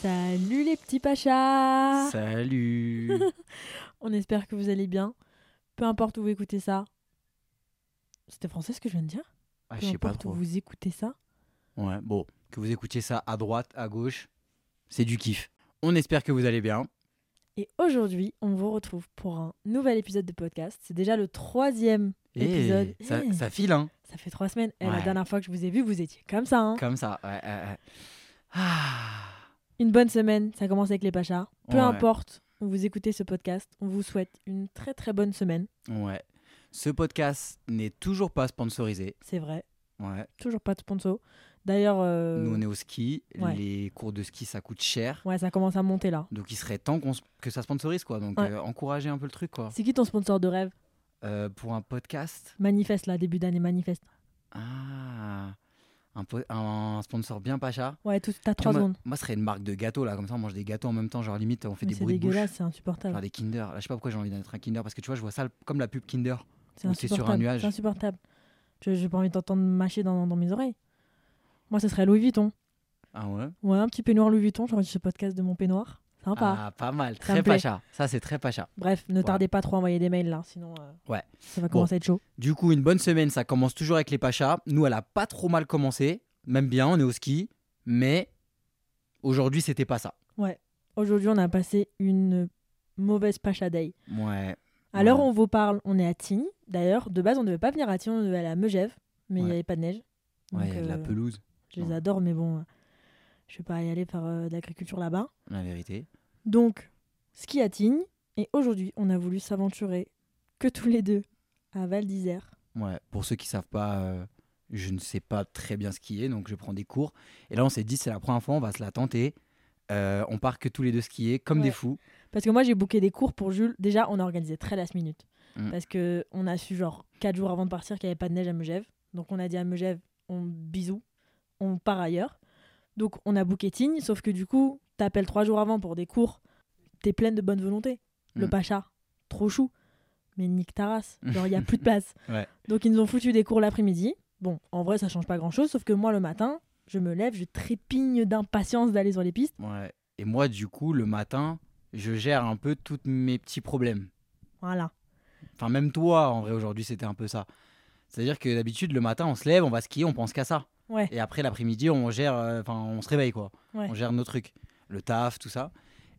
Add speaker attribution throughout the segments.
Speaker 1: Salut les petits pachas
Speaker 2: Salut
Speaker 1: On espère que vous allez bien. Peu importe où vous écoutez ça. C'était français ce que je viens de dire
Speaker 2: ah,
Speaker 1: Peu
Speaker 2: Je sais pas
Speaker 1: importe où
Speaker 2: trop.
Speaker 1: vous écoutez ça.
Speaker 2: Ouais, bon, que vous écoutiez ça à droite, à gauche, c'est du kiff. On espère que vous allez bien.
Speaker 1: Et aujourd'hui, on vous retrouve pour un nouvel épisode de podcast. C'est déjà le troisième
Speaker 2: Eh,
Speaker 1: épisode.
Speaker 2: ça,
Speaker 1: Eh,
Speaker 2: ça file, hein
Speaker 1: ça fait trois semaines. Et la
Speaker 2: Ouais.
Speaker 1: dernière fois que je vous ai vu, vous étiez comme ça. hein.
Speaker 2: Comme ça. ouais, ouais, ouais. Ah,
Speaker 1: Une bonne semaine, ça commence avec les pachas. Peu
Speaker 2: Ouais.
Speaker 1: importe où vous écoutez ce podcast, on vous souhaite une très très bonne semaine.
Speaker 2: ouais. Ce podcast n'est toujours pas sponsorisé.
Speaker 1: C'est vrai,
Speaker 2: Ouais.
Speaker 1: toujours pas de sponsor. D'ailleurs, euh,
Speaker 2: Nous, on est au ski.
Speaker 1: ouais.
Speaker 2: Les cours de ski, ça coûte cher.
Speaker 1: ouais, ça commence à monter là.
Speaker 2: Donc, il serait temps qu'on s- que ça sponsorise, quoi. Donc,
Speaker 1: Ouais.
Speaker 2: euh, encouragez un peu le truc, quoi.
Speaker 1: C'est qui ton sponsor de rêve
Speaker 2: Euh, pour un podcast,
Speaker 1: Manifeste là, début d'année, manifeste.
Speaker 2: ah, un, po- un sponsor bien pacha.
Speaker 1: Ouais, tout- t'as trois
Speaker 2: Tiens, moi,
Speaker 1: secondes.
Speaker 2: moi, ce serait une marque de gâteau là, comme ça on mange des gâteaux en même temps, genre limite on fait
Speaker 1: Mais
Speaker 2: des
Speaker 1: c'est
Speaker 2: bruits de bouche.
Speaker 1: dégueulasse, c'est
Speaker 2: Genre
Speaker 1: insupportable.
Speaker 2: des Kinder. Là, je sais pas pourquoi j'ai envie d'être un Kinder parce que tu vois, je vois ça comme la pub Kinder.
Speaker 1: C'est
Speaker 2: ou c'est sur un
Speaker 1: insupportable.
Speaker 2: nuage.
Speaker 1: C'est insupportable. Je- J'ai pas envie d'entendre mâcher dans, dans mes oreilles. Moi, ce serait Louis Vuitton.
Speaker 2: Ah ouais
Speaker 1: Ouais, un petit peignoir Louis Vuitton, j'ai envie de ce podcast de mon peignoir. Sympa.
Speaker 2: Ah, pas mal,
Speaker 1: me
Speaker 2: très
Speaker 1: plaît.
Speaker 2: pacha. Ça, c'est très pacha.
Speaker 1: Bref, ne tardez pas trop à envoyer des mails là, sinon euh,
Speaker 2: Ouais.
Speaker 1: ça va commencer à être chaud.
Speaker 2: Du coup, une bonne semaine, ça commence toujours avec les pachas. Nous, elle a pas trop mal commencé, même bien, on est au ski, mais aujourd'hui, c'était pas ça.
Speaker 1: Aujourd'hui, on a passé une mauvaise pacha day.
Speaker 2: Ouais.
Speaker 1: À l'heure où
Speaker 2: Ouais.
Speaker 1: on vous parle, on est à Tignes. D'ailleurs, de base, on devait pas venir à Tignes, on devait aller à Megève, mais il n'y
Speaker 2: Ouais.
Speaker 1: avait pas de neige.
Speaker 2: Ouais,
Speaker 1: Donc,
Speaker 2: il y a de la
Speaker 1: euh,
Speaker 2: pelouse,
Speaker 1: Je les
Speaker 2: Ouais.
Speaker 1: adore, mais bon, euh, je vais pas y aller faire euh, de l'agriculture là-bas.
Speaker 2: la vérité.
Speaker 1: Donc, ski à Tignes. Et aujourd'hui, on a voulu s'aventurer que tous les deux à Val d'Isère.
Speaker 2: Ouais, pour ceux qui savent pas, euh, je ne sais pas très bien skier, donc je prends des cours. Et là, on s'est dit, c'est la première fois, on va se la tenter. Euh, on part que tous les deux skier, comme des
Speaker 1: Ouais.
Speaker 2: fous.
Speaker 1: Parce que moi, j'ai booké des cours pour Jules. Déjà, on a organisé très last minute.
Speaker 2: Mm.
Speaker 1: Parce que on a su, genre, 4 jours avant de partir, qu'il n'y avait pas de neige à Megève. Donc, on a dit à Megève, on bisous, on part ailleurs. Donc, on a booké Tignes. Sauf que du coup, t'appelles 3 jours avant pour des cours. T'es pleine de bonne volonté. Le
Speaker 2: Mm.
Speaker 1: pacha, trop chou. Mais nique ta race. Genre, il n'y a plus de place.
Speaker 2: Ouais.
Speaker 1: Donc, ils nous ont foutu des cours l'après-midi. Bon, en vrai, ça change pas grand-chose. Sauf que moi, le matin, je me lève, je trépigne d'impatience d'aller sur les pistes.
Speaker 2: Ouais. Et moi, du coup, le matin, je gère un peu tous mes petits problèmes.
Speaker 1: Voilà.
Speaker 2: Enfin, même toi, en vrai, aujourd'hui, c'était un peu ça. C'est-à-dire que d'habitude, le matin, on se lève, on va skier, on pense qu'à ça.
Speaker 1: Ouais.
Speaker 2: Et après, l'après-midi, on gère, euh, enfin, on se réveille, quoi.
Speaker 1: Ouais.
Speaker 2: On gère nos trucs, le taf, tout ça.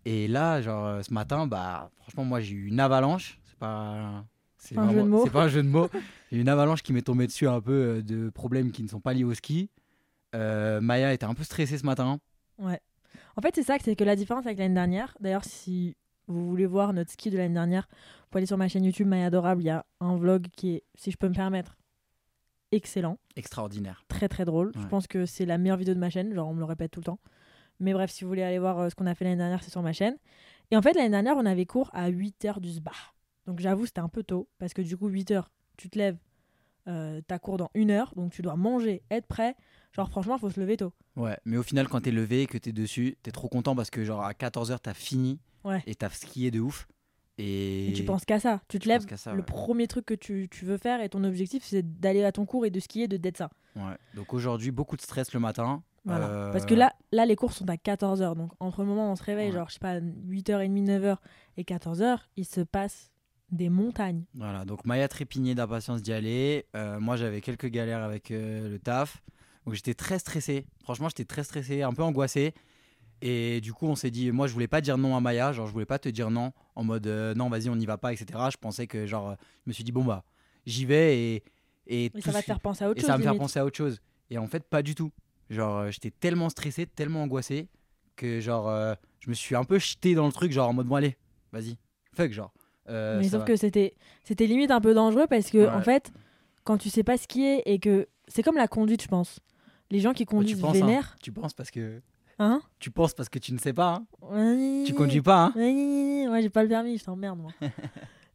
Speaker 2: Et là, genre, euh, ce matin, bah, franchement, moi, j'ai eu une avalanche. C'est pas. C'est
Speaker 1: Pas un jeu de mots.
Speaker 2: C'est pas un jeu de mots. J'ai eu une avalanche qui m'est tombée dessus un peu euh, de problèmes qui ne sont pas liés au ski. Euh, Maya était un peu stressée ce matin.
Speaker 1: En fait, c'est ça, c'est que la différence avec l'année dernière, d'ailleurs, si vous voulez voir notre ski de l'année dernière, vous pouvez aller sur ma chaîne YouTube Maya Adorable, il y a un vlog qui est, si je peux me permettre, excellent,
Speaker 2: Extraordinaire.
Speaker 1: très très drôle. Je
Speaker 2: Ouais.
Speaker 1: pense que c'est la meilleure vidéo de ma chaîne, genre on me le répète tout le temps. Mais bref, si vous voulez aller voir euh, ce qu'on a fait l'année dernière, c'est sur ma chaîne. Et en fait, l'année dernière, on avait cours à 8h du spa. Donc j'avoue, c'était un peu tôt, parce que du coup, 8h, tu te lèves, euh, t'as cours dans une heure, donc tu dois manger, être prêt. Genre franchement, faut se lever tôt.
Speaker 2: Ouais, mais au final, quand t'es levé et que t'es dessus, t'es trop content parce que, genre, à 14h, t'as fini
Speaker 1: Ouais.
Speaker 2: et t'as skié de ouf. Et,
Speaker 1: Et tu penses qu'à ça. Tu te
Speaker 2: tu
Speaker 1: lèves,
Speaker 2: penses qu'à ça,
Speaker 1: le
Speaker 2: ouais.
Speaker 1: premier truc que tu, tu veux faire et ton objectif, c'est d'aller à ton cours et de skier, de d'être ça.
Speaker 2: Ouais. Donc aujourd'hui, beaucoup de stress le matin.
Speaker 1: Voilà.
Speaker 2: Euh,
Speaker 1: Parce que là, là, les cours sont à 14h. Donc, entre le moment où on se réveille,
Speaker 2: Ouais.
Speaker 1: genre, je sais pas, 8h30, 9h et 14h, il se passe des montagnes.
Speaker 2: Voilà, donc Maya trépignait d'impatience d'y aller. Euh, moi, j'avais quelques galères avec euh, le taf. Donc j'étais très stressé. Franchement, j'étais très stressé, un peu angoissé. Et du coup, on s'est dit, moi, je voulais pas dire non à Maya. Genre, je voulais pas te dire non en mode euh, non, vas-y, on n'y va pas, etc. Je pensais que, genre, euh, je me suis dit, bon, bah, j'y vais et. Et,
Speaker 1: Et
Speaker 2: tout
Speaker 1: ça va
Speaker 2: ce-
Speaker 1: te faire penser à autre
Speaker 2: et
Speaker 1: chose.
Speaker 2: ça va me faire
Speaker 1: limite.
Speaker 2: penser à autre chose. Et en fait, pas du tout. Genre, euh, j'étais tellement stressé, tellement angoissé que genre, euh, je me suis un peu jeté dans le truc, genre en mode bon allez, vas-y, fuck genre. euh,
Speaker 1: mais
Speaker 2: ça
Speaker 1: sauf
Speaker 2: va.
Speaker 1: que c'était c'était limite un peu dangereux parce que
Speaker 2: Ouais.
Speaker 1: en fait quand tu sais pas skier et que c'est comme la conduite je pense les gens qui
Speaker 2: Bah, tu
Speaker 1: conduisent
Speaker 2: penses, hein.
Speaker 1: vénère
Speaker 2: Tu penses parce que
Speaker 1: hein,
Speaker 2: tu penses parce que tu ne sais pas. hein.
Speaker 1: Ouais.
Speaker 2: Tu conduis pas. hein.
Speaker 1: Ouais, ouais, ouais, ouais, j'ai pas le permis je t'emmerde moi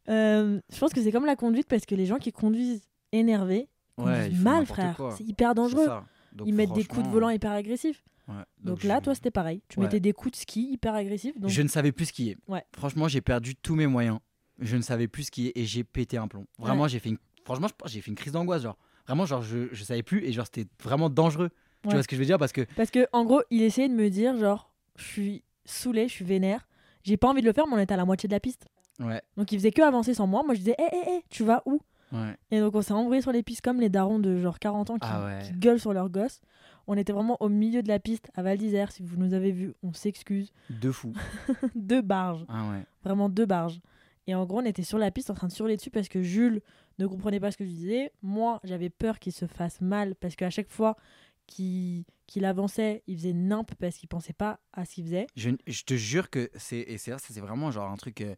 Speaker 1: Euh, je pense que c'est comme la conduite parce que les gens qui conduisent énervés
Speaker 2: Ouais,
Speaker 1: conduisent
Speaker 2: ils font
Speaker 1: mal
Speaker 2: n'importe
Speaker 1: frère
Speaker 2: quoi.
Speaker 1: c'est hyper
Speaker 2: C'est
Speaker 1: dangereux
Speaker 2: ça. Donc,
Speaker 1: ils mettent des coups de
Speaker 2: franchement,
Speaker 1: volant hyper agressifs
Speaker 2: ouais.
Speaker 1: donc,
Speaker 2: je-
Speaker 1: là toi c'était pareil tu
Speaker 2: Ouais.
Speaker 1: mettais des coups de ski hyper agressifs donc
Speaker 2: Je ne savais plus skier.
Speaker 1: Ouais.
Speaker 2: Franchement, j'ai perdu tous mes moyens. Je ne savais plus skier et j'ai pété un plomb. Vraiment, j'ai fait une... Franchement, je pense- j'ai fait une crise d'angoisse. Genre, vraiment, genre, je, je savais plus et genre, c'était vraiment dangereux. Tu
Speaker 1: Ouais.
Speaker 2: vois ce que je veux dire Parce que
Speaker 1: Parce que en gros, il essayait de me dire genre, je suis saoulé, je suis vénère, j'ai pas envie de le faire, mais on était à la moitié de la piste.
Speaker 2: Ouais.
Speaker 1: Donc il faisait que avancer sans moi. Moi je disais, hé hé hé, tu vas où
Speaker 2: Ouais.
Speaker 1: Et donc on s'est embrouillé sur les pistes comme les darons de genre 40 ans qui,
Speaker 2: Ah ouais.
Speaker 1: qui gueulent sur leurs gosses. On était vraiment au milieu de la piste à Val d'Isère. Si vous nous avez vus, on s'excuse.
Speaker 2: De fou.
Speaker 1: deux barges,
Speaker 2: Ah ouais.
Speaker 1: vraiment deux barges. Et en gros, on était sur la piste en train de surler dessus parce que Jules ne comprenait pas ce que je disais. Moi, j'avais peur qu'il se fasse mal parce qu'à chaque fois qu'il qu'il avançait, il faisait nimp parce qu'il pensait pas à ce qu'il faisait.
Speaker 2: Je, je te jure que c'est et c'est ça, c'est vraiment genre un truc euh,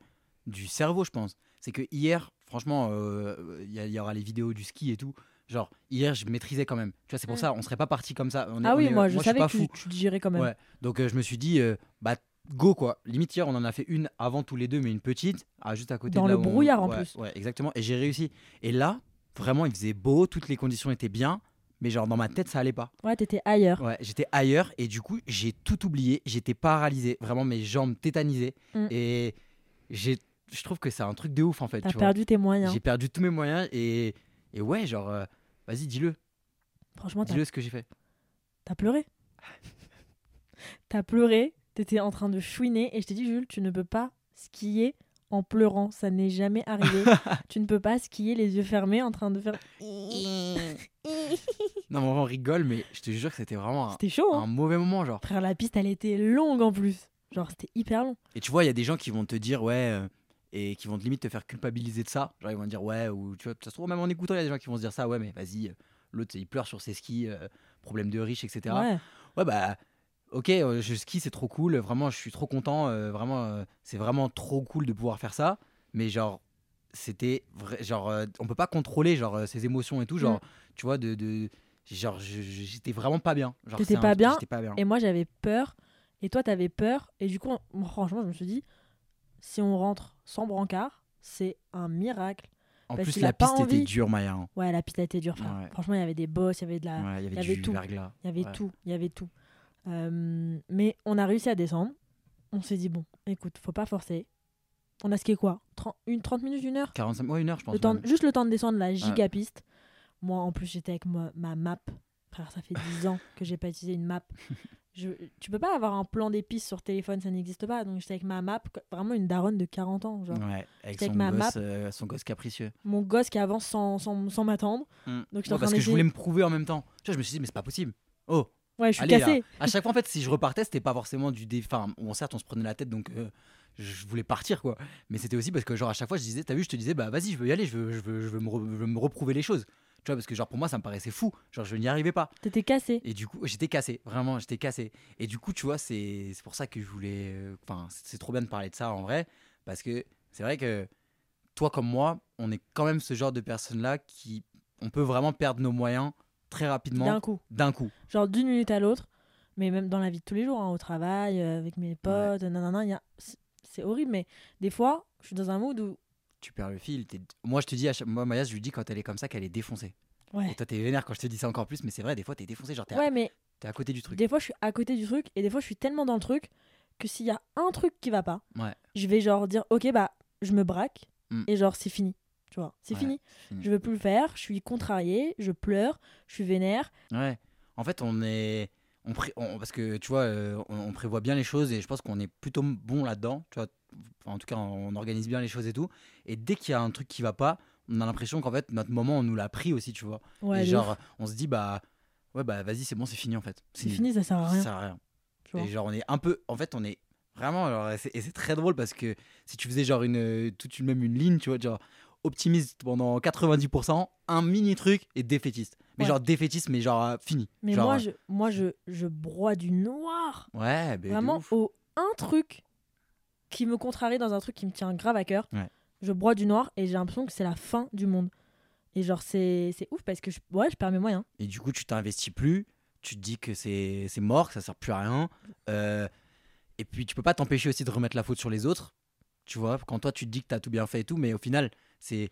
Speaker 2: du cerveau, je pense. C'est que hier, franchement, euh, il y, a- il y aura les vidéos du ski et tout. Genre hier, je maîtrisais quand même. Tu vois, c'est pour
Speaker 1: Mm.
Speaker 2: ça, on serait pas parti comme ça. On est-
Speaker 1: ah
Speaker 2: on
Speaker 1: oui,
Speaker 2: est-
Speaker 1: moi, je
Speaker 2: suis
Speaker 1: savais
Speaker 2: pas
Speaker 1: que
Speaker 2: fou.
Speaker 1: tu, tu digérais quand même.
Speaker 2: Ouais. Donc euh, je me suis dit, euh, bah go quoi. Limite hier, on en a fait une avant tous les deux, mais une petite, ah, juste à côté.
Speaker 1: Dans
Speaker 2: de là
Speaker 1: le
Speaker 2: où on-
Speaker 1: brouillard, en
Speaker 2: Ouais,
Speaker 1: plus.
Speaker 2: Ouais, exactement. Et j'ai réussi. Et là, vraiment, il faisait beau, toutes les conditions étaient bien, mais genre dans ma tête, ça allait pas.
Speaker 1: Ouais, t'étais ailleurs.
Speaker 2: Ouais, j'étais ailleurs et du coup, j'ai tout oublié. J'étais paralysé, vraiment mes jambes tétanisées.
Speaker 1: Mm.
Speaker 2: Et j'ai, je trouve que c'est un truc de ouf en fait.
Speaker 1: T'as
Speaker 2: tu vois.
Speaker 1: perdu tes moyens.
Speaker 2: J'ai perdu tous mes moyens et, et ouais, genre, euh, vas-y, dis-le,
Speaker 1: Franchement, t'as
Speaker 2: dis-le ce que j'ai fait.
Speaker 1: t'as pleuré. t'as pleuré, t'étais en train de chouiner et je t'ai dit, Jules, tu ne peux pas skier en pleurant. Ça n'est jamais arrivé. tu ne peux pas skier les yeux fermés en train de faire.
Speaker 2: Non, mais on rigole, mais je te jure que c'était vraiment
Speaker 1: C'était chaud,
Speaker 2: un,
Speaker 1: hein
Speaker 2: un mauvais moment, genre.
Speaker 1: Frère, la piste, elle était longue en plus. Genre, c'était hyper long.
Speaker 2: Et tu vois, il y a des gens qui vont te dire, ouais, euh, et qui vont te limite te faire culpabiliser de ça. Genre, ils vont te dire, ouais, ou tu vois, ça se trouve, même en écoutant, il y a des gens qui vont se dire ça, ouais, mais vas-y, euh, l'autre, il pleure sur ses skis, euh, problème de riche, etc.
Speaker 1: Ouais.
Speaker 2: Ouais, bah, ok, euh, je skie, c'est trop cool. Vraiment, je suis trop content. euh, vraiment, euh, c'est vraiment trop cool de pouvoir faire ça. Mais genre, c'était. vrai- Genre, euh, on peut pas contrôler, genre, euh, ses émotions et tout. Genre,
Speaker 1: Mm.
Speaker 2: tu vois, de. de- genre, je- je- j'étais vraiment pas bien. Genre,
Speaker 1: T'étais
Speaker 2: c'est un-
Speaker 1: pas bien
Speaker 2: J'étais pas bien.
Speaker 1: Et moi, j'avais peur. Et toi, t'avais peur. Et du coup, on- franchement, je me suis dit, si on rentre sans brancard, c'est un miracle.
Speaker 2: En
Speaker 1: parce
Speaker 2: plus,
Speaker 1: qu'il
Speaker 2: la
Speaker 1: a pas
Speaker 2: piste était
Speaker 1: envie.
Speaker 2: dure, Maya. hein.
Speaker 1: Ouais, la piste a été dure, frère.
Speaker 2: Ouais.
Speaker 1: Franchement, il y avait des bosses, il y avait de la,
Speaker 2: Ouais, il y avait,
Speaker 1: y avait
Speaker 2: du
Speaker 1: tout.
Speaker 2: verglas.
Speaker 1: il y avait
Speaker 2: Ouais.
Speaker 1: tout, il y avait tout. Euh, mais on a réussi à descendre. On s'est dit bon, écoute, faut pas forcer. On a skié quoi 30, une 30 minutes, une heure,
Speaker 2: 45, ouais, une heure, je pense.
Speaker 1: le temps,
Speaker 2: même.
Speaker 1: Juste le temps de descendre la gigapiste. Moi, en plus, j'étais avec ma, ma map. Frère, ça fait 10 ans que j'ai pas utilisé une map. Je, tu peux pas avoir un plan des pistes sur téléphone, ça n'existe pas. Donc j'étais avec ma map, co- vraiment une daronne de 40 ans. Genre.
Speaker 2: Ouais, avec
Speaker 1: J'étais avec
Speaker 2: son,
Speaker 1: ma
Speaker 2: gosse,
Speaker 1: map.
Speaker 2: euh, son gosse capricieux.
Speaker 1: Mon gosse qui avance sans, sans, sans m'attendre.
Speaker 2: Ouais,
Speaker 1: j'étais en train
Speaker 2: parce que je
Speaker 1: d'essayer.
Speaker 2: voulais me prouver en même temps. Tu vois, je me suis dit, mais c'est pas possible. Oh,
Speaker 1: Ouais, je suis
Speaker 2: Allez, là.
Speaker 1: cassée.
Speaker 2: À chaque fois, en fait, si je repartais, c'était pas forcément du dé. Enfin, bon, certes, on se prenait la tête, donc euh, je voulais partir, quoi. Mais c'était aussi parce que, genre, à chaque fois, je disais, t'as vu, je te disais, bah vas-y, je veux y aller, je veux, je veux, je veux, me, re- je veux me reprouver les choses. Tu vois, parce que, genre, pour moi, ça me paraissait fou. Genre, je n'y arrivais pas.
Speaker 1: T'étais cassée.
Speaker 2: Et du coup, j'étais cassé, vraiment, j'étais cassé. Et du coup, tu vois, c'est c'est pour ça que je voulais. euh, Enfin, c'est c'est trop bien de parler de ça en vrai, parce que c'est vrai que toi comme moi, on est quand même ce genre de personnes-là qui. On peut vraiment perdre nos moyens très
Speaker 1: D'un
Speaker 2: rapidement
Speaker 1: coup.
Speaker 2: d'un coup.
Speaker 1: genre d'une minute à l'autre, mais même dans la vie de tous les jours, hein, au travail, euh, avec mes potes, nanana, il y a... c'est- c'est horrible, mais des fois, je suis dans un mood où.
Speaker 2: tu perds le fil. t'es- Moi, je te dis, à chaque- moi, Maya, je lui dis quand elle est comme ça qu'elle est défoncée. Et
Speaker 1: Ouais.
Speaker 2: toi, t'es vénère quand je te dis ça encore plus, mais c'est vrai, des fois, t'es défoncé, genre, t'es à-
Speaker 1: Ouais, mais
Speaker 2: t'es à, côté du truc.
Speaker 1: des fois, je suis à côté du truc et des fois, je suis tellement dans le truc que s'il y a un truc qui va pas,
Speaker 2: Ouais.
Speaker 1: je vais genre dire, ok, bah, je me braque
Speaker 2: Mm.
Speaker 1: et genre, c'est fini. Tu vois, c'est
Speaker 2: Ouais,
Speaker 1: fini.
Speaker 2: fini.
Speaker 1: Je veux plus le faire, je suis contrariée, je pleure, je suis vénère.
Speaker 2: Ouais. En fait, on est. On pré- on- Parce que, tu vois, euh, on, on prévoit bien les choses et je pense qu'on est plutôt bon là-dedans. Tu vois, Enfin, en tout cas, on organise bien les choses et tout. Et dès qu'il y a un truc qui va pas, on a l'impression qu'en fait, notre moment, on nous l'a pris aussi, tu vois.
Speaker 1: Ouais,
Speaker 2: et
Speaker 1: de
Speaker 2: genre,
Speaker 1: ouf.
Speaker 2: on se dit, bah, ouais, bah, vas-y, c'est bon, c'est fini en fait.
Speaker 1: c'est
Speaker 2: nul.
Speaker 1: fini, ça sert à
Speaker 2: Ça
Speaker 1: rien.
Speaker 2: sert à rien.
Speaker 1: tu vois.
Speaker 2: Et genre, on est un peu. En fait, on est vraiment. genre, et c'est- et c'est très drôle parce que si tu faisais genre une, euh, toute une même une ligne, tu vois, genre optimiste pendant 90%, un mini truc et défaitiste. Mais
Speaker 1: Ouais.
Speaker 2: genre défaitiste, mais genre euh, fini.
Speaker 1: Mais
Speaker 2: Genre,
Speaker 1: moi, je, moi je, je broie du noir.
Speaker 2: Ouais, mais de
Speaker 1: vraiment
Speaker 2: ouf.
Speaker 1: au un truc qui me contrarie dans un truc qui me tient grave à cœur,
Speaker 2: Ouais.
Speaker 1: je broie du noir et j'ai l'impression que c'est la fin du monde. Et genre, c'est c'est ouf parce que je, ouais, je perds mes moyens.
Speaker 2: Et du coup, tu t'investis plus, tu te dis que c'est c'est mort, que ça sert plus à rien. euh, et puis, tu peux pas t'empêcher aussi de remettre la faute sur les autres. Tu vois, quand toi, tu te dis que t'as tout bien fait et tout, mais au final, c'est.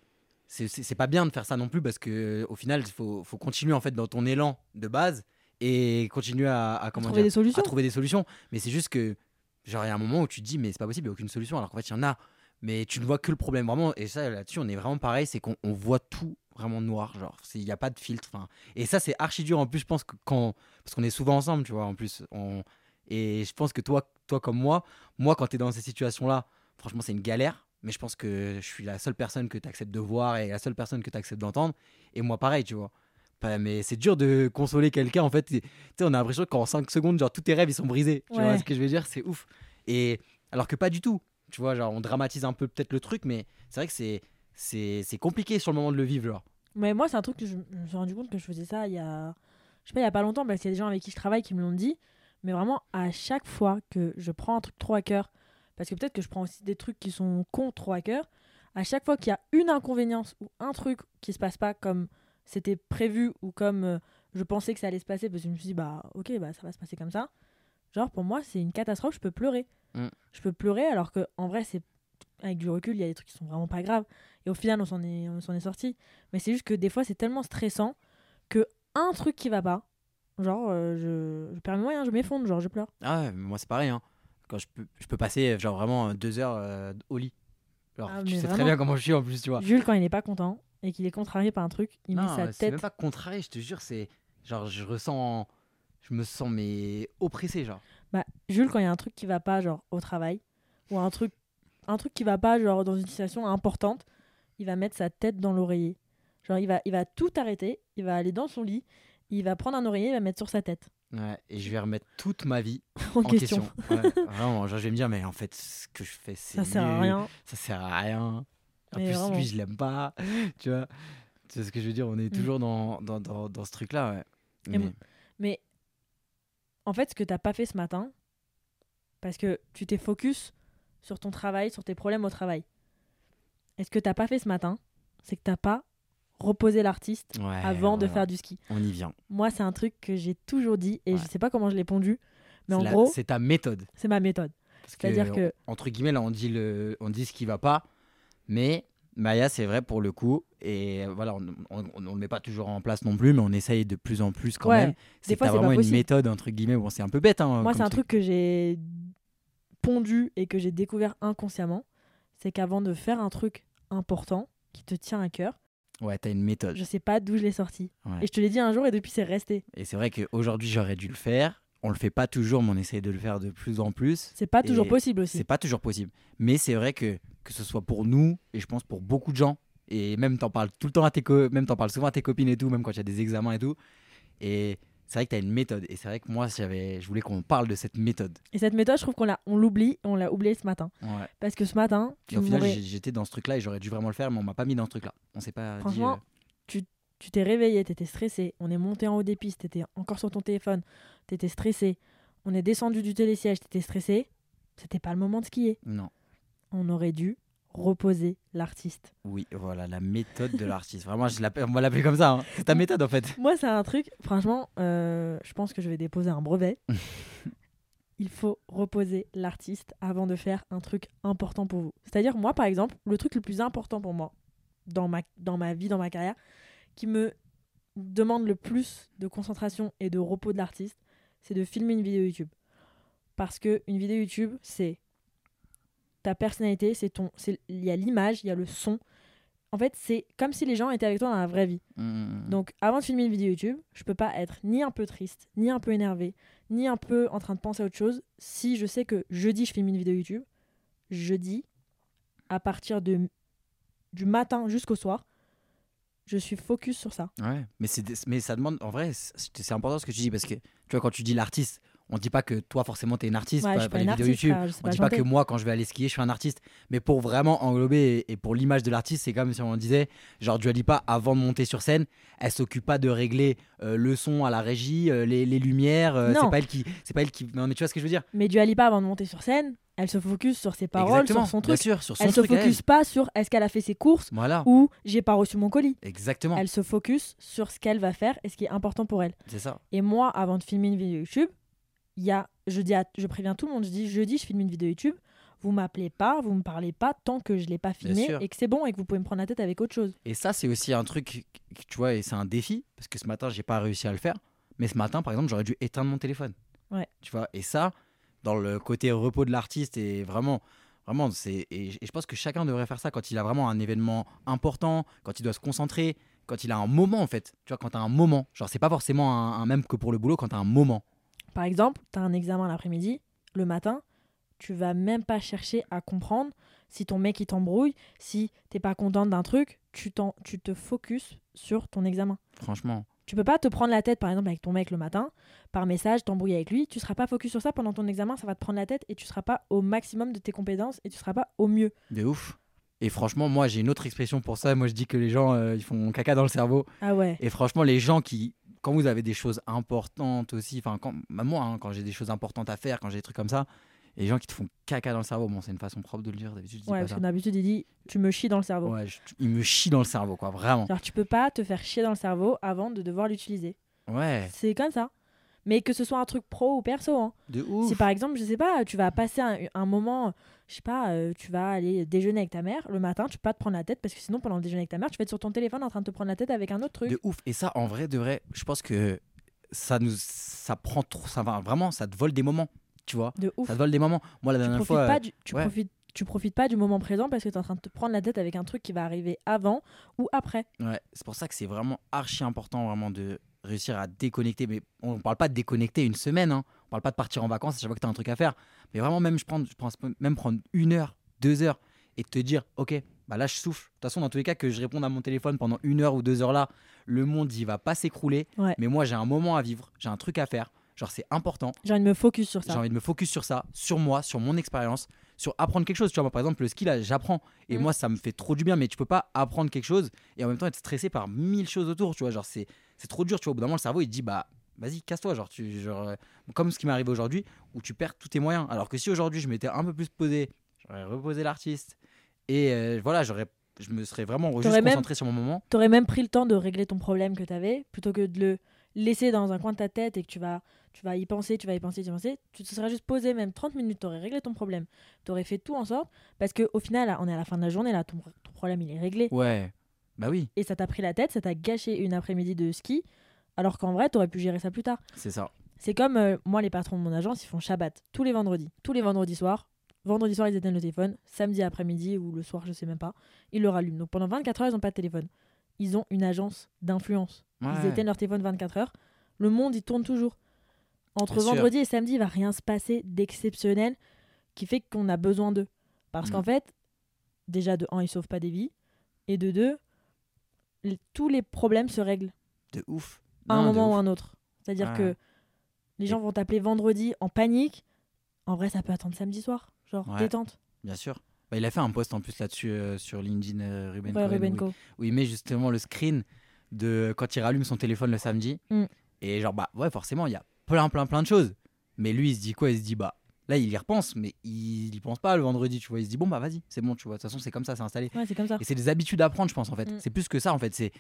Speaker 2: C'est c'est- c'est pas bien de faire ça non plus parce que au final, il faut, faut continuer en fait dans ton élan de base et continuer à, à, comment
Speaker 1: Trouver
Speaker 2: dire,
Speaker 1: des solutions.
Speaker 2: à trouver des solutions. Mais c'est juste que, genre, il y a un moment où tu te dis, mais c'est pas possible, il n'y a aucune solution, alors qu'en fait, il y en a. Mais tu ne vois que le problème, vraiment. Et ça, là-dessus, on est vraiment pareil, c'est qu'on on voit tout vraiment noir, genre, c'est- il n'y a pas de filtre. enfin Et ça, c'est archi dur, en plus, je pense que quand. Parce qu'on est souvent ensemble, tu vois, en plus. On... Et je pense que toi, toi comme moi, moi, quand tu es dans ces situations-là, franchement, c'est une galère. Mais je pense que je suis la seule personne que tu acceptes de voir et la seule personne que tu acceptes d'entendre. Et moi, pareil, tu vois. Pas- Mais c'est dur de consoler quelqu'un, en fait. Et- tu sais, on a l'impression qu'en 5 secondes, genre, tous tes rêves, ils sont brisés. Tu vois
Speaker 1: Ouais.
Speaker 2: ce que je veux dire C'est ouf. Et alors que pas du tout. Tu vois, genre, on dramatise un peu peut-être le truc, mais c'est vrai que c'est, c'est, c'est compliqué sur le moment de le vivre, genre.
Speaker 1: Mais moi, c'est un truc que je, je me suis rendu compte que je faisais ça il y a. Je sais pas, il y a pas longtemps, parce qu'il y a des gens avec qui je travaille qui me l'ont dit. Mais vraiment, à chaque fois que je prends un truc trop à cœur, parce que peut-être que je prends aussi des trucs qui sont cons trop à cœur, à chaque fois qu'il y a une inconvénience ou un truc qui se passe pas comme c'était prévu ou comme euh, je pensais que ça allait se passer, parce que je me suis dit, bah ok, bah ça va se passer comme ça. Genre, pour moi, c'est une catastrophe, je peux pleurer.
Speaker 2: Mm.
Speaker 1: Je peux pleurer alors que en vrai, c'est avec du recul, il y a des trucs qui sont vraiment pas graves. Et au final, on s'en est, on s'en est sorti. Mais c'est juste que des fois, c'est tellement stressant que un truc qui va pas, genre, euh, je, je perds mes moyens, je m'effondre, genre, je pleure.
Speaker 2: Ah ouais, mais moi, c'est pareil. hein. Quand je peux, je peux passer, euh, genre, vraiment euh, deux heures euh, au lit. Alors,
Speaker 1: Ah,
Speaker 2: tu
Speaker 1: mais
Speaker 2: sais très
Speaker 1: vraiment.
Speaker 2: bien comment je suis, en plus, tu vois.
Speaker 1: Jules, quand il est pas content et qu'il est contrarié par un truc, il met
Speaker 2: non,
Speaker 1: sa
Speaker 2: euh, c'est
Speaker 1: tête.
Speaker 2: même pas contrarié, je te jure, c'est. Genre, je ressens. Je me sens, mais oppressé, genre.
Speaker 1: Bah, Jules, quand il y a un truc qui va pas, genre, au travail, ou un truc, un truc qui va pas, genre, dans une situation importante, il va mettre sa tête dans l'oreiller. Genre, il va, il va tout arrêter, il va aller dans son lit, il va prendre un oreiller, il va mettre sur sa tête.
Speaker 2: Ouais, et je vais remettre toute ma vie
Speaker 1: En,
Speaker 2: en, question. Ouais, vraiment, genre, je vais me dire, mais en fait, ce que je fais, c'est.
Speaker 1: Ça sert à
Speaker 2: nul.
Speaker 1: rien.
Speaker 2: ça sert à rien. En
Speaker 1: Mais
Speaker 2: plus,
Speaker 1: vraiment. Mm.
Speaker 2: lui, je l'aime pas. Tu vois Tu sais ce que je veux dire On est toujours dans, dans, dans, dans ce truc-là. ouais.
Speaker 1: Et
Speaker 2: Mais-
Speaker 1: moi- Mais en fait, ce que t'as pas fait ce matin, parce que tu t'es focus sur ton travail, sur tes problèmes au travail. Et ce que t'as pas fait ce matin, c'est que t'as pas reposé l'artiste
Speaker 2: Ouais,
Speaker 1: avant de
Speaker 2: ouais,
Speaker 1: faire du ski.
Speaker 2: ouais. On y vient.
Speaker 1: Moi, c'est un truc que j'ai toujours dit et
Speaker 2: Ouais.
Speaker 1: je sais pas comment je l'ai pondu, mais
Speaker 2: C'est
Speaker 1: en
Speaker 2: la-
Speaker 1: gros,
Speaker 2: C'est ta méthode.
Speaker 1: c'est ma méthode.
Speaker 2: Parce que,
Speaker 1: C'est-à-dire que
Speaker 2: Entre guillemets, là, on dit, le, on dit ce qui va pas. Mais Maya, c'est vrai pour le coup. Et voilà, on ne le met pas toujours en place non plus, mais on essaye de plus en plus quand
Speaker 1: Ouais.
Speaker 2: même. C'est que
Speaker 1: fois,
Speaker 2: t'as
Speaker 1: c'est pas
Speaker 2: vraiment une
Speaker 1: possible.
Speaker 2: méthode, entre guillemets. Bon, c'est un peu bête. hein,
Speaker 1: Moi,
Speaker 2: comme
Speaker 1: c'est un truc que j'ai pondu et que j'ai découvert inconsciemment. C'est qu'avant de faire un truc important qui te tient à cœur,
Speaker 2: Ouais, t'as une méthode.
Speaker 1: je sais pas d'où je l'ai sorti.
Speaker 2: Ouais.
Speaker 1: Et je te l'ai dit un jour et depuis, c'est resté.
Speaker 2: Et c'est vrai qu'aujourd'hui, j'aurais dû le faire. On le fait pas toujours, mais on essaye de le faire de plus en plus.
Speaker 1: C'est pas toujours
Speaker 2: Et
Speaker 1: possible aussi.
Speaker 2: C'est pas toujours possible. Mais c'est vrai que, que ce soit pour nous, et je pense pour beaucoup de gens, et même t'en parles tout le temps à tes co- même t'en parles souvent à tes copines et tout, même quand il y a des examens et tout. Et c'est vrai que t'as une méthode. Et c'est vrai que moi, j'avais, je voulais qu'on parle de cette méthode.
Speaker 1: Et cette méthode, je trouve qu'on l'a, on l'oublie, on l'a oubliée ce matin. Parce que ce matin,
Speaker 2: Et
Speaker 1: tu
Speaker 2: au final,
Speaker 1: m'aurais-
Speaker 2: j'ai- j'étais dans ce truc-là et j'aurais dû vraiment le faire, mais on m'a pas mis dans ce truc-là. On s'est pas dit. euh,
Speaker 1: Franchement, tu t'es réveillé, t'étais stressé. On est monté en haut des pistes, t'étais encore sur ton téléphone, t'étais stressé. On est descendu du télésiège, t'étais stressé. C'était pas le moment de skier.
Speaker 2: euh, non.
Speaker 1: On aurait dû reposer l'artiste.
Speaker 2: Oui, voilà, la méthode de l'artiste. Vraiment, je l'appelle- on va l'appeler comme ça. hein. C'est ta méthode en fait.
Speaker 1: Moi, c'est un truc, franchement, euh, je pense que je vais déposer un brevet. Il faut reposer l'artiste avant de faire un truc important pour vous. C'est-à-dire, moi, par exemple, le truc le plus important pour moi dans ma, dans ma vie, dans ma carrière, qui me demande le plus de concentration et de repos de l'artiste, c'est de filmer une vidéo YouTube. Parce que une vidéo YouTube, c'est ta personnalité, c'est ton, c'est- il y a l'image, il y a le son. En fait, c'est comme si les gens étaient avec toi dans la vraie vie.
Speaker 2: Mm.
Speaker 1: Donc avant de filmer une vidéo YouTube, je peux pas être ni un peu triste, ni un peu énervé, ni un peu en train de penser à autre chose si je sais que jeudi je filme une vidéo YouTube, jeudi à partir de du matin jusqu'au soir, je suis focus sur ça.
Speaker 2: Ouais, mais, c'est, mais ça demande, en vrai, c'est c'est important ce que tu dis, parce que tu vois, quand tu dis l'artiste, On dit pas que toi, forcément, t'es une artiste,
Speaker 1: Ouais, je
Speaker 2: pas,
Speaker 1: suis
Speaker 2: pas
Speaker 1: pas
Speaker 2: les
Speaker 1: une
Speaker 2: vidéos
Speaker 1: artiste,
Speaker 2: YouTube.
Speaker 1: frère, je sais
Speaker 2: On
Speaker 1: pas
Speaker 2: dit pas
Speaker 1: chanter.
Speaker 2: que moi, quand je vais aller skier, je suis un artiste. Mais pour vraiment englober et, et pour l'image de l'artiste, c'est comme si on disait, genre, Dua Lipa, avant de monter sur scène, elle s'occupe pas de régler euh, le son à la régie, euh, les, les lumières. euh,
Speaker 1: Non.
Speaker 2: c'est pas elle qui. C'est pas elle qui. Non, mais tu vois ce que je veux dire
Speaker 1: Mais Dua Lipa, avant de monter sur scène, elle se focus sur ses paroles,
Speaker 2: Exactement.
Speaker 1: sur son
Speaker 2: Bien
Speaker 1: truc.
Speaker 2: sûr, sur son
Speaker 1: elle se
Speaker 2: truc à
Speaker 1: focus pas sur est-ce qu'elle a fait ses courses
Speaker 2: Voilà,
Speaker 1: ou j'ai pas reçu mon colis.
Speaker 2: exactement.
Speaker 1: Elle se focus sur ce qu'elle va faire et ce qui est important pour elle.
Speaker 2: C'est ça.
Speaker 1: Et moi, avant de filmer une vidéo YouTube, il y a, je, dis à- je préviens tout le monde, je dis jeudi, je filme une vidéo YouTube. Vous m'appelez pas, vous me parlez pas tant que je l'ai pas
Speaker 2: Bien
Speaker 1: filmé
Speaker 2: sûr.
Speaker 1: et que c'est bon et que vous pouvez me prendre la tête avec autre chose.
Speaker 2: Et ça, c'est aussi un truc, que tu vois, et c'est un défi, parce que ce matin, j'ai pas réussi à le faire. Mais ce matin, par exemple, j'aurais dû éteindre mon téléphone.
Speaker 1: Ouais.
Speaker 2: Tu vois, et ça, dans le côté repos de l'artiste, et vraiment, vraiment, c'est. Et, et je pense que chacun devrait faire ça quand il a vraiment un événement important, quand il doit se concentrer, quand il a un moment, en fait. Tu vois, quand t'as un moment. Genre, c'est pas forcément un, un même que pour le boulot, quand t'as un moment.
Speaker 1: Par exemple, tu as un examen l'après-midi, le matin, tu vas même pas chercher à comprendre si ton mec il t'embrouille, si t'es pas contente d'un truc, tu, t'en- tu te focus sur ton examen.
Speaker 2: Franchement,
Speaker 1: Tu peux pas te prendre la tête, par exemple, avec ton mec le matin, par message, t'embrouiller avec lui. Tu seras pas focus sur ça pendant ton examen, ça va te prendre la tête et tu seras pas au maximum de tes compétences et tu seras pas au mieux.
Speaker 2: de ouf. Et franchement, moi, j'ai une autre expression pour ça. Moi, je dis que les gens, euh, ils font caca dans le cerveau.
Speaker 1: Ah ouais.
Speaker 2: Et franchement, les gens qui, quand vous avez des choses importantes aussi, enfin, quand, même moi, hein, quand j'ai des choses importantes à faire, quand j'ai des trucs comme ça, et les gens qui te font caca dans le cerveau, bon, c'est une façon propre de le dire, d'habitude, je dis
Speaker 1: Ouais,
Speaker 2: pas
Speaker 1: parce
Speaker 2: ça.
Speaker 1: que d'habitude, il dit tu me chies dans le cerveau.
Speaker 2: Ouais, je- ils me chient dans le cerveau, quoi, vraiment.
Speaker 1: Genre, tu peux pas te faire chier dans le cerveau avant de devoir l'utiliser.
Speaker 2: Ouais,
Speaker 1: C'est comme ça. Mais que ce soit un truc pro ou perso, hein.
Speaker 2: de ouf.
Speaker 1: Si par exemple, je sais pas, tu vas passer un, un moment, je sais pas, euh, tu vas aller déjeuner avec ta mère le matin, tu peux pas te prendre la tête parce que sinon pendant le déjeuner avec ta mère, tu vas être sur ton téléphone en train de te prendre la tête avec un autre truc.
Speaker 2: De ouf. Et ça, en vrai, de vrai, je pense que ça nous. Ça prend trop. Ça va, vraiment, ça te vole des moments, tu vois.
Speaker 1: De, ouf.
Speaker 2: Ça te vole des moments. Moi, la
Speaker 1: Tu
Speaker 2: dernière
Speaker 1: profites
Speaker 2: fois.
Speaker 1: pas du, tu
Speaker 2: ouais.
Speaker 1: profites tu profites pas du moment présent parce que tu es en train de te prendre la tête avec un truc qui va arriver avant ou après.
Speaker 2: Ouais, c'est pour ça que c'est vraiment archi important vraiment de réussir à déconnecter. Mais on ne parle pas de déconnecter une semaine, hein. on parle pas de partir en vacances à chaque fois que tu as un truc à faire. Mais vraiment, même je, prends, je pense même prendre une heure, deux heures et te dire, ok, bah là je souffle. De toute façon, dans tous les cas, que je réponde à mon téléphone pendant une heure ou deux heures là, le monde il va pas s'écrouler.
Speaker 1: Ouais.
Speaker 2: Mais moi j'ai un moment à vivre, j'ai un truc à faire. Genre c'est important.
Speaker 1: J'ai envie de me focus sur
Speaker 2: J'ai
Speaker 1: ça.
Speaker 2: envie de me focus sur ça, sur moi, sur mon expérience, sur apprendre quelque chose. Tu vois, moi, par exemple, le ski, là, j'apprends. Et
Speaker 1: Mm.
Speaker 2: moi, ça me fait trop du bien, mais tu peux pas apprendre quelque chose et en même temps être stressé par mille choses autour. Tu vois, genre, c'est, c'est trop dur. Tu vois, au bout d'un moment, le cerveau, il te dit, bah, vas-y, casse-toi. Genre, tu, genre, euh, comme ce qui m'est arrivé aujourd'hui, où tu perds tous tes moyens. Alors que si aujourd'hui, je m'étais un peu plus posé, j'aurais reposé l'artiste. Et euh, voilà, j'aurais, je me serais vraiment juste
Speaker 1: T'aurais même-
Speaker 2: concentré sur mon moment.
Speaker 1: T'aurais même pris le temps de régler ton problème que t'avais plutôt que de le laisser dans un coin de ta tête et que tu vas tu vas y penser, tu vas y penser, tu vas y penser. Tu te serais juste posé même 30 minutes, t'aurais réglé ton problème. T'aurais fait tout en sorte parce que au final, là, on est à la fin de la journée là, ton, ton problème il est réglé
Speaker 2: Ouais, bah oui,
Speaker 1: et ça t'a pris la tête, ça t'a gâché une après-midi de ski alors qu'en vrai, t'aurais pu gérer ça plus tard.
Speaker 2: c'est ça.
Speaker 1: C'est comme euh, moi, les patrons de mon agence, ils font Shabbat tous les vendredis. Tous les vendredis soirs. Vendredi soir, ils éteignent le téléphone. Samedi après-midi ou le soir, je sais même pas, ils le rallument. Donc pendant 24 heures, ils n'ont pas de téléphone. Ils ont une agence d'influence. Ils
Speaker 2: Ouais.
Speaker 1: éteignent leur téléphone 24 heures. Le monde, il tourne toujours. Entre
Speaker 2: Bien sûr.
Speaker 1: vendredi et samedi, il va rien se passer d'exceptionnel qui fait qu'on a besoin d'eux. Parce
Speaker 2: Mm.
Speaker 1: qu'en fait, déjà, de un, ils sauvent pas des vies. Et de deux, les- tous les problèmes se règlent
Speaker 2: De ouf.
Speaker 1: à un
Speaker 2: Non, de
Speaker 1: moment
Speaker 2: ouf.
Speaker 1: ou un autre. C'est-à-dire
Speaker 2: Ouais.
Speaker 1: que les gens vont t'appeler vendredi en panique. En vrai, ça peut attendre samedi soir. Genre,
Speaker 2: Ouais.
Speaker 1: détente.
Speaker 2: Bien sûr. Bah, il a fait un post en plus là-dessus euh, sur LinkedIn, euh, Ruben,
Speaker 1: Ouais,
Speaker 2: Cohen,
Speaker 1: Ruben
Speaker 2: où,
Speaker 1: Co.
Speaker 2: où il met justement le screen de quand il rallume son téléphone le samedi.
Speaker 1: Mm.
Speaker 2: Et genre, bah ouais, forcément, il y a plein, plein, plein de choses. Mais lui, il se dit quoi Il se dit, bah là, il y repense, mais il y pense pas le vendredi, tu vois. Il se dit, bon, bah vas-y, c'est bon, tu vois. De toute façon, c'est comme ça, c'est installé.
Speaker 1: Ouais, c'est comme ça.
Speaker 2: Et c'est des habitudes à prendre, je pense, en fait.
Speaker 1: Mm.
Speaker 2: C'est plus que ça, en fait. C'est, tu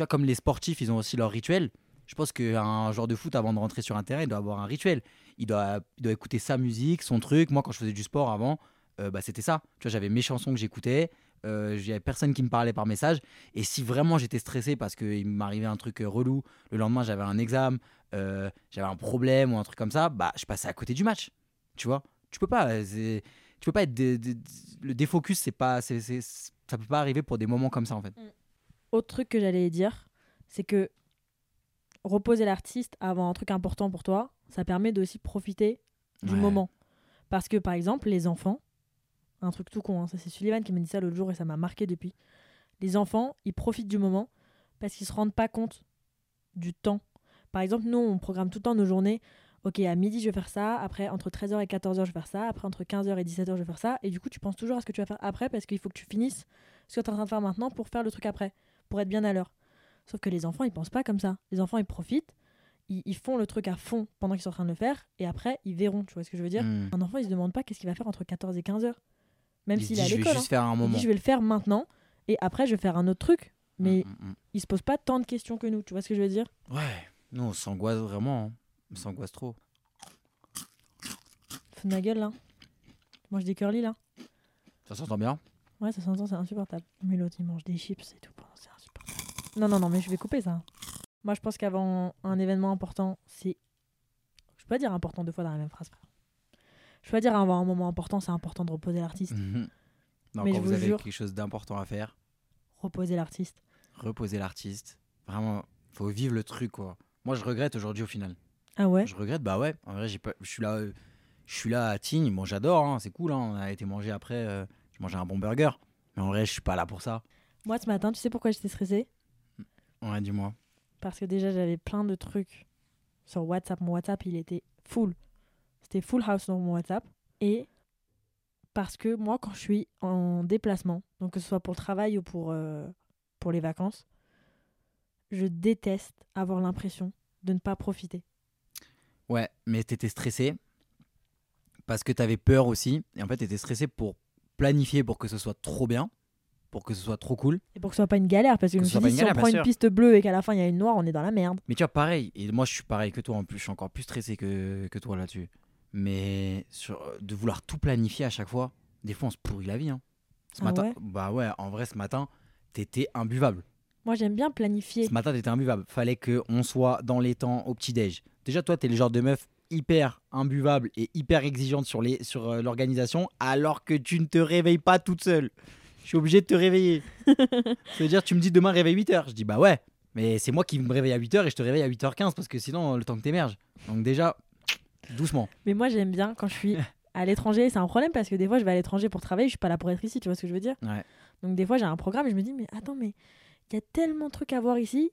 Speaker 2: vois, comme les sportifs, ils ont aussi leur rituel. Je pense qu'un joueur de foot, avant de rentrer sur un terrain, il doit avoir un rituel. Il doit, il doit écouter sa musique, son truc. Moi, quand je faisais du sport avant, euh, bah, c'était ça. Tu vois, j'avais mes chansons que j'écoutais. Euh, j'avais personne qui me parlait par message. Et si vraiment j'étais stressé parce qu'il m'arrivait un truc euh, relou, le lendemain j'avais un examen, euh, j'avais un problème ou un truc comme ça, bah je passais à côté du match. Tu vois Tu peux pas. euh, c'est- Tu peux pas être. dé- dé- le défocus, c'est pas. c'est- c'est- c'est- ça peut pas arriver pour des moments comme ça en fait.
Speaker 1: Autre truc que j'allais dire, c'est que reposer l'artiste avant un truc important pour toi, ça permet de aussi profiter du
Speaker 2: Ouais.
Speaker 1: moment. Parce que, par exemple, les enfants, un truc tout con, hein, ça c'est Sullivan qui m'a dit ça l'autre jour et ça m'a marqué depuis. Les enfants, ils profitent du moment parce qu'ils se rendent pas compte du temps. Par exemple, nous, on programme tout le temps nos journées. ok, à midi, je vais faire ça, après, entre 13h et 14h, je vais faire ça, après, entre 15h et 17h, je vais faire ça. Et du coup, tu penses toujours à ce que tu vas faire après parce qu'il faut que tu finisses ce que tu es en train de faire maintenant pour faire le truc après, pour être bien à l'heure. Sauf que les enfants, ils pensent pas comme ça. Les enfants, ils profitent, ils, ils font le truc à fond pendant qu'ils sont en train de le faire, et après, ils verront, tu vois ce que je veux dire
Speaker 2: Hmm.
Speaker 1: Un enfant, il se demande pas qu'est-ce qu'il va faire entre 14 et 15h, même
Speaker 2: Il
Speaker 1: s'il
Speaker 2: dit,
Speaker 1: est à
Speaker 2: je vais
Speaker 1: l'école.
Speaker 2: juste faire un
Speaker 1: hein. Il
Speaker 2: moment.
Speaker 1: dit, je vais le faire maintenant, et après, je vais faire un autre truc. Mais
Speaker 2: Mm, mm,
Speaker 1: il se pose pas tant de questions que nous, tu vois ce que je veux dire
Speaker 2: mm. Ouais, nous on s'angoisse vraiment. hein. On s'angoisse trop.
Speaker 1: Fous de ma gueule, là. Mange des curly, là.
Speaker 2: Ça s'entend bien
Speaker 1: Ouais, ça s'entend, c'est insupportable. Mais l'autre, il mange des chips et tout. Bon, C'est insupportable. Non, non, non, mais je vais couper ça. Moi, je pense qu'avant un événement important, c'est. Je peux pas dire important deux fois dans la même phrase, frère. Je peux pas dire avant un moment important, c'est important de reposer l'artiste.
Speaker 2: Mhm. Non,
Speaker 1: Mais
Speaker 2: quand
Speaker 1: je
Speaker 2: vous
Speaker 1: vous
Speaker 2: avez
Speaker 1: jure.
Speaker 2: quelque chose d'important à faire,
Speaker 1: Reposer l'artiste.
Speaker 2: reposez l'artiste. Vraiment, faut vivre le truc quoi. Moi je regrette aujourd'hui au final.
Speaker 1: Ah ouais
Speaker 2: Je regrette, bah ouais. En vrai, j'ai pas- je suis là, euh, je suis là à Tignes. Bon, j'adore, hein, c'est cool. hein, On a été manger après. euh, je mangeais un bon burger. Mais en vrai, je suis pas là pour ça.
Speaker 1: Moi, ce matin, tu sais pourquoi j'étais stressée
Speaker 2: Ouais, dis-moi.
Speaker 1: Parce que déjà, j'avais plein de trucs sur WhatsApp. Mon WhatsApp, il était full. C'était full house dans mon WhatsApp. Et parce que moi, quand je suis en déplacement, donc que ce soit pour le travail ou pour, euh, pour les vacances, je déteste avoir l'impression de ne pas profiter.
Speaker 2: Ouais, mais t'étais stressé parce que t'avais peur aussi. Et en fait, t'étais stressé pour planifier pour que ce soit trop bien, pour que ce soit trop cool.
Speaker 1: Et pour que ce soit pas une galère, parce que,
Speaker 2: Que
Speaker 1: je me suis
Speaker 2: ce soit pas
Speaker 1: dit,
Speaker 2: une
Speaker 1: si
Speaker 2: galère,
Speaker 1: on
Speaker 2: bien
Speaker 1: prend une
Speaker 2: sûr.
Speaker 1: piste bleue et qu'à la fin, il y a une noire, on est dans la merde.
Speaker 2: Mais tu vois, pareil. Et moi, je suis pareil que toi en plus. Je suis encore plus stressé que, que toi là-dessus. Mais sur, de vouloir tout planifier à chaque fois, des fois, on se pourrit la vie. hein. Ce
Speaker 1: Ah
Speaker 2: matin,
Speaker 1: ouais
Speaker 2: bah ouais, en vrai, ce matin, t'étais imbuvable.
Speaker 1: Moi, j'aime bien planifier.
Speaker 2: Ce matin, t'étais imbuvable. Fallait qu'on soit dans les temps au petit-déj. Déjà, toi, t'es le genre de meuf hyper imbuvable et hyper exigeante sur les sur euh, l'organisation, alors que tu ne te réveilles pas toute seule. Je suis obligé de te réveiller. C'est-à-dire, tu me dis demain, réveille 8h. Je dis, bah ouais, mais c'est moi qui me réveille à 8h et je te réveille à 8h15 parce que sinon, le temps que t'émerges. Donc, déjà, doucement.
Speaker 1: Mais moi, j'aime bien quand je suis à l'étranger. C'est un problème parce que des fois, je vais à l'étranger pour travailler, je suis pas là pour être ici, tu vois ce que je veux dire
Speaker 2: Ouais.
Speaker 1: Donc, des fois, j'ai un programme et je me dis, mais attends, mais il y a tellement de trucs à voir ici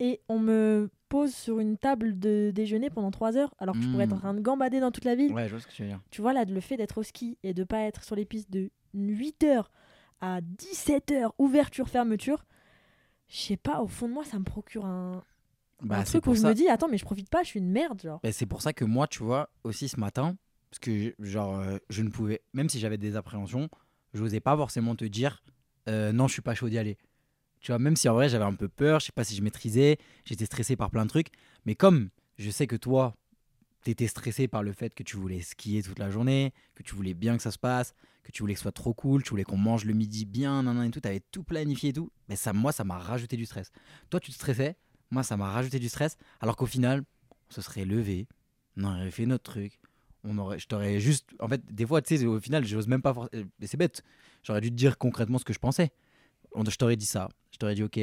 Speaker 1: et on me pose sur une table de déjeuner pendant trois heures alors que je pourrais être en
Speaker 2: Mm.
Speaker 1: train de gambader dans toute la ville.
Speaker 2: Ouais, je vois ce que tu veux dire.
Speaker 1: Tu vois, là, le fait d'être au ski et de pas être sur les pistes de 8 heures à 17 heures, ouverture, fermeture, je sais pas, au fond de moi, ça me procure un, un
Speaker 2: Bah, c'est
Speaker 1: truc où
Speaker 2: pour
Speaker 1: je
Speaker 2: ça.
Speaker 1: me dis, attends, mais je profite pas, je suis une merde, genre.
Speaker 2: Ben, c'est pour ça que moi, tu vois, aussi ce matin, parce que genre, euh, je ne pouvais, même si j'avais des appréhensions, je n'osais pas forcément te dire euh, non, je suis pas chaud d'y aller. Tu vois, même si en vrai j'avais un peu peur, je sais pas si je maîtrisais, j'étais stressé par plein de trucs, mais comme je sais que toi, t'étais stressé par le fait que tu voulais skier toute la journée, que tu voulais bien que ça se passe, que tu voulais que ce soit trop cool, tu voulais qu'on mange le midi bien, nan, nan, et tout, t'avais tout planifié et tout, mais ça, moi, ça m'a rajouté du stress. Toi, tu te stressais, moi, ça m'a rajouté du stress, alors qu'au final, on se serait levé, on aurait fait notre truc. On aurait, je t'aurais juste. En fait, des fois, tu sais, au final, j'ose même pas. forc- euh, Mais c'est bête. J'aurais dû te dire concrètement ce que je pensais. On- Je t'aurais dit ça. Je t'aurais dit, ok,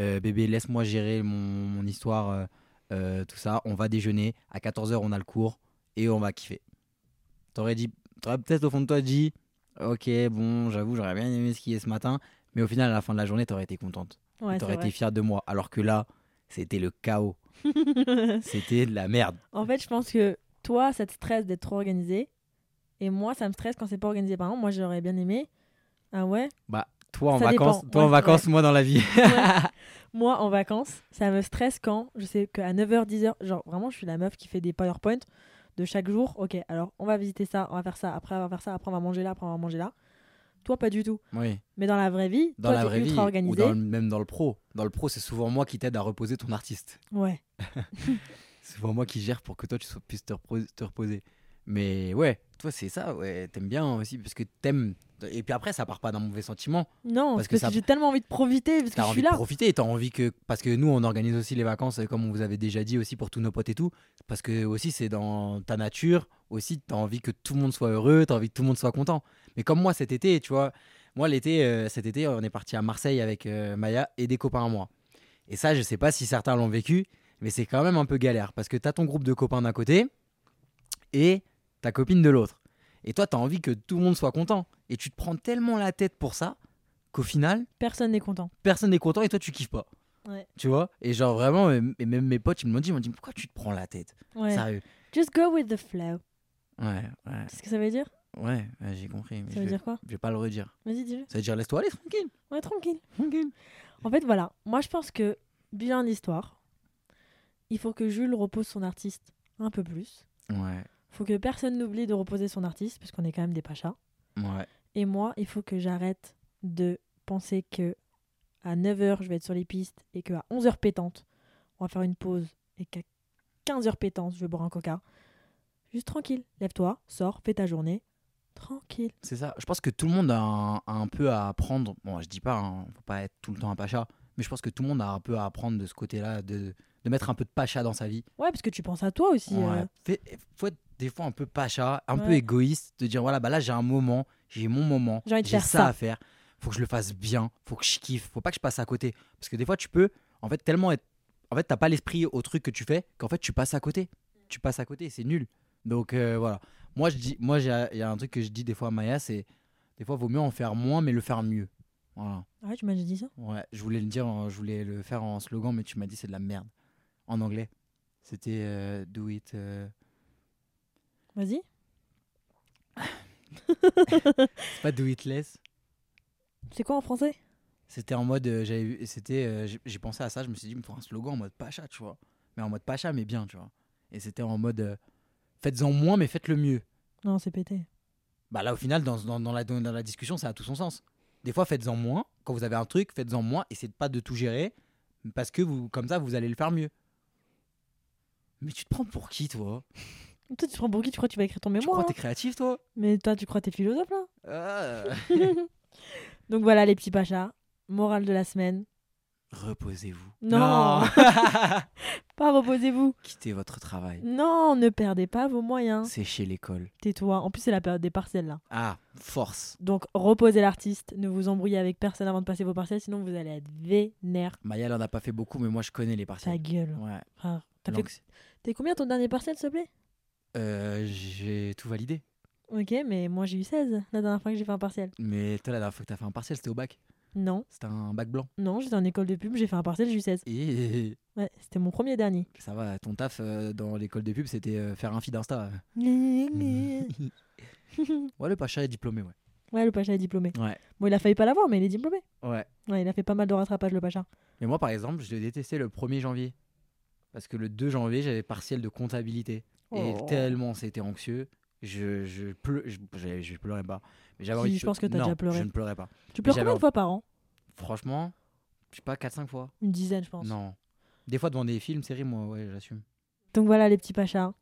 Speaker 2: euh, bébé, laisse-moi gérer mon, mon histoire, euh, euh, tout ça. On va déjeuner. À 14h, on a le cours et on va kiffer. T'aurais dit. T'aurais peut-être au fond de toi dit, ok, bon, j'avoue, j'aurais bien aimé skier ce matin. Mais au final, à la fin de la journée, t'aurais été contente.
Speaker 1: Ouais, c'est
Speaker 2: t'aurais été
Speaker 1: vrai.
Speaker 2: fière de moi. Alors que là, c'était le chaos. c'était de la merde.
Speaker 1: En fait, je pense que toi, ça te stresse d'être trop organisé. Et moi, ça me stresse quand c'est pas organisé. Par exemple, moi, j'aurais bien aimé. Ah ouais
Speaker 2: Bah, toi en
Speaker 1: Ça
Speaker 2: vacances,
Speaker 1: dépend,
Speaker 2: toi en
Speaker 1: ouais,
Speaker 2: vacances, moi dans la vie.
Speaker 1: Moi, en vacances, ça me stresse quand je sais qu'à 9h, 10h, genre vraiment, je suis la meuf qui fait des PowerPoint de chaque jour. Ok, alors on va visiter ça, on va faire ça, après on va faire ça, après on va manger là, après on va manger là. Toi, pas du tout.
Speaker 2: oui,
Speaker 1: Mais dans la vraie vie,
Speaker 2: dans
Speaker 1: toi,
Speaker 2: la
Speaker 1: t'es
Speaker 2: vraie vie,
Speaker 1: ultra
Speaker 2: ou
Speaker 1: organisé.
Speaker 2: dans le- même dans le pro. Dans le pro, c'est souvent moi qui t'aide à reposer ton artiste.
Speaker 1: Ouais.
Speaker 2: C'est souvent moi qui gère pour que toi tu sois- puisses te, repos- te reposer. Mais ouais, toi c'est ça, ouais, t'aimes bien aussi parce que t'aimes. Et puis après, ça part pas d'un mauvais sentiment.
Speaker 1: Non,
Speaker 2: Parce
Speaker 1: parce,
Speaker 2: que
Speaker 1: que,
Speaker 2: ça-
Speaker 1: j'ai tellement envie de profiter, parce que
Speaker 2: T'as
Speaker 1: je
Speaker 2: envie
Speaker 1: suis
Speaker 2: de
Speaker 1: là.
Speaker 2: profiter, t'as envie que. Parce que nous, on organise aussi les vacances, euh, comme on vous avait déjà dit aussi pour tous nos potes et tout. Parce que aussi, c'est dans ta nature. Aussi, t'as envie que tout le monde soit heureux, t'as envie que tout le monde soit content. Mais comme moi cet été, tu vois, moi l'été, euh, cet été, on est parti à Marseille avec euh, Maya et des copains à moi. Et ça, je sais pas si certains l'ont vécu, mais c'est quand même un peu galère parce que t'as ton groupe de copains d'un côté et ta copine de l'autre. Et toi, t'as envie que tout le monde soit content. Et tu te prends tellement la tête pour ça qu'au final,
Speaker 1: Personne n'est content.
Speaker 2: personne n'est content et toi tu kiffes pas.
Speaker 1: Ouais.
Speaker 2: Tu vois Et genre vraiment, euh, et même mes potes ils me l'ont dit, ils m'ont dit pourquoi tu te prends la tête
Speaker 1: Ouais.
Speaker 2: Sérieux.
Speaker 1: Just go with the flow.
Speaker 2: Ouais, ouais,
Speaker 1: C'est ce que ça veut dire
Speaker 2: ouais, ouais, j'ai compris. Mais
Speaker 1: Ça
Speaker 2: je,
Speaker 1: veut
Speaker 2: vais,
Speaker 1: dire quoi
Speaker 2: je vais pas le redire.
Speaker 1: Vas-y, dis-le.
Speaker 2: Ça veut dire laisse-toi aller tranquille.
Speaker 1: Ouais, tranquille.
Speaker 2: Tranquille.
Speaker 1: En fait, voilà. Moi, je pense que, bilan d'histoire, il faut que Jules repose son artiste un peu plus.
Speaker 2: Ouais,
Speaker 1: faut que personne n'oublie de reposer son artiste, parce qu'on est quand même des pachas.
Speaker 2: ouais.
Speaker 1: Et moi, il faut que j'arrête de penser que à 9h, je vais être sur les pistes et qu'à 11h pétante, on va faire une pause et qu'à 15h pétante, je vais boire un coca. Juste tranquille. Lève-toi, sors, fais ta journée. Tranquille.
Speaker 2: C'est ça. Je pense que tout le monde a un, a un peu à apprendre. Bon, je dis pas, hein, faut pas être tout le temps un pacha, mais je pense que tout le monde a un peu à apprendre de ce côté-là, de, de mettre un peu de pacha dans sa vie.
Speaker 1: Ouais, parce que tu penses à toi aussi.
Speaker 2: Ouais.
Speaker 1: euh.
Speaker 2: Fait- faut être des fois un peu pacha, un peu
Speaker 1: Ouais.
Speaker 2: égoïste, de dire voilà, bah là j'ai un moment, j'ai mon moment,
Speaker 1: J'ai envie de
Speaker 2: j'ai
Speaker 1: faire
Speaker 2: ça,
Speaker 1: ça.
Speaker 2: à faire, faut que je le fasse bien, faut que je kiffe, faut pas que je passe à côté. Parce que des fois tu peux, en fait, tellement être. En fait, t'as pas l'esprit au truc que tu fais qu'en fait tu passes à côté. Tu passes à côté, c'est nul. Donc euh, voilà. Moi, je dis, moi, j'ai- il y a un truc que je dis des fois à Maya, c'est des fois vaut mieux en faire moins, mais le faire mieux. Voilà.
Speaker 1: Ah ouais, tu m'as déjà dit ça
Speaker 2: Ouais, je voulais le dire, en- je voulais le faire en slogan, mais tu m'as dit c'est de la merde. En anglais, c'était euh, do it. euh,
Speaker 1: Vas-y.
Speaker 2: c'est pas do it less.
Speaker 1: C'est quoi en français
Speaker 2: C'était en mode, euh, j'avais vu- c'était, euh, j'ai j'ai pensé à ça, je me suis dit, il me faut un slogan en mode pacha, tu vois. Mais en mode pacha, mais bien, tu vois. Et c'était en mode, euh, faites-en moins, mais faites le mieux.
Speaker 1: Non, c'est pété.
Speaker 2: Bah là, au final, dans, dans, dans la, dans, la discussion, ça a tout son sens. Des fois, faites-en moins. Quand vous avez un truc, faites-en moins. Essayez de pas de tout gérer, parce que vous, comme ça, vous allez le faire mieux. Mais tu te prends pour qui, toi
Speaker 1: Toi, tu te prends pour qui Tu crois que tu vas écrire ton
Speaker 2: Tu crois
Speaker 1: mémoire
Speaker 2: que t'es
Speaker 1: hein
Speaker 2: créatif, toi
Speaker 1: Mais toi, tu crois que t'es philosophe là
Speaker 2: Ah.
Speaker 1: Donc voilà, les petits pachas. Morale de la semaine.
Speaker 2: Reposez-vous.
Speaker 1: Non. Pas reposez-vous.
Speaker 2: Quittez votre travail.
Speaker 1: Non, ne perdez pas vos moyens.
Speaker 2: C'est chez l'école.
Speaker 1: Tais-toi. En plus, c'est la période des partiels là.
Speaker 2: Ah, force.
Speaker 1: Donc reposez l'artiste. Ne vous embrouillez avec personne avant de passer vos partiels, sinon vous allez être vénère.
Speaker 2: Maya, elle en a pas fait beaucoup, mais moi, je connais les
Speaker 1: Ta
Speaker 2: partiels.
Speaker 1: gueule.
Speaker 2: Ouais.
Speaker 1: frère. T'as
Speaker 2: Donc,
Speaker 1: fait... T'es combien ton dernier partiel, s'il te plaît
Speaker 2: euh, j'ai tout validé.
Speaker 1: Ok, mais moi j'ai eu 16 la dernière fois que j'ai fait un partiel.
Speaker 2: Mais toi, la dernière fois que t'as fait un partiel, c'était au bac.
Speaker 1: Non,
Speaker 2: C'était un bac blanc.
Speaker 1: non, j'étais en école de pub, j'ai fait un partiel, j'ai eu 16.
Speaker 2: Et
Speaker 1: Ouais, c'était mon premier et dernier.
Speaker 2: ça va, ton taf euh, dans l'école de pub, c'était euh, faire un feed Insta.
Speaker 1: ouais,
Speaker 2: Ouais, le pacha est diplômé, ouais.
Speaker 1: le Pacha est diplômé.
Speaker 2: Ouais.
Speaker 1: Bon, il a failli pas l'avoir, mais il est diplômé.
Speaker 2: Ouais.
Speaker 1: Ouais, il a fait pas mal de rattrapage, le Pacha.
Speaker 2: Mais moi, par exemple, je l'ai détesté le 1er janvier. Parce que le 2 janvier, j'avais partiel de comptabilité. Et
Speaker 1: Oh.
Speaker 2: tellement c'était anxieux, je, je, pleu- je, je, je pleurais pas. Mais j'avais
Speaker 1: Si,
Speaker 2: envie de
Speaker 1: je pense que t'as
Speaker 2: Non,
Speaker 1: déjà pleuré.
Speaker 2: Je ne pleurais pas.
Speaker 1: Tu pleures
Speaker 2: j'avais
Speaker 1: combien de
Speaker 2: un-
Speaker 1: fois par an
Speaker 2: Franchement, je sais pas, 4-5 fois.
Speaker 1: Une dizaine, je pense.
Speaker 2: Non. Des fois, devant des films, séries, moi, ouais, j'assume.
Speaker 1: Donc voilà, les petits Pachas.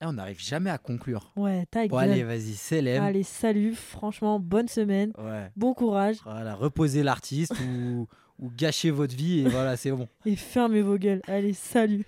Speaker 2: Eh, on n'arrive jamais à conclure.
Speaker 1: Ouais, ta
Speaker 2: Bon,
Speaker 1: gueule.
Speaker 2: allez, vas-y, célèbre.
Speaker 1: Allez, salut, franchement, bonne semaine,
Speaker 2: Ouais.
Speaker 1: bon courage
Speaker 2: Voilà, reposez l'artiste ou, ou gâchez votre vie et voilà, c'est bon.
Speaker 1: et fermez vos gueules. Allez, salut.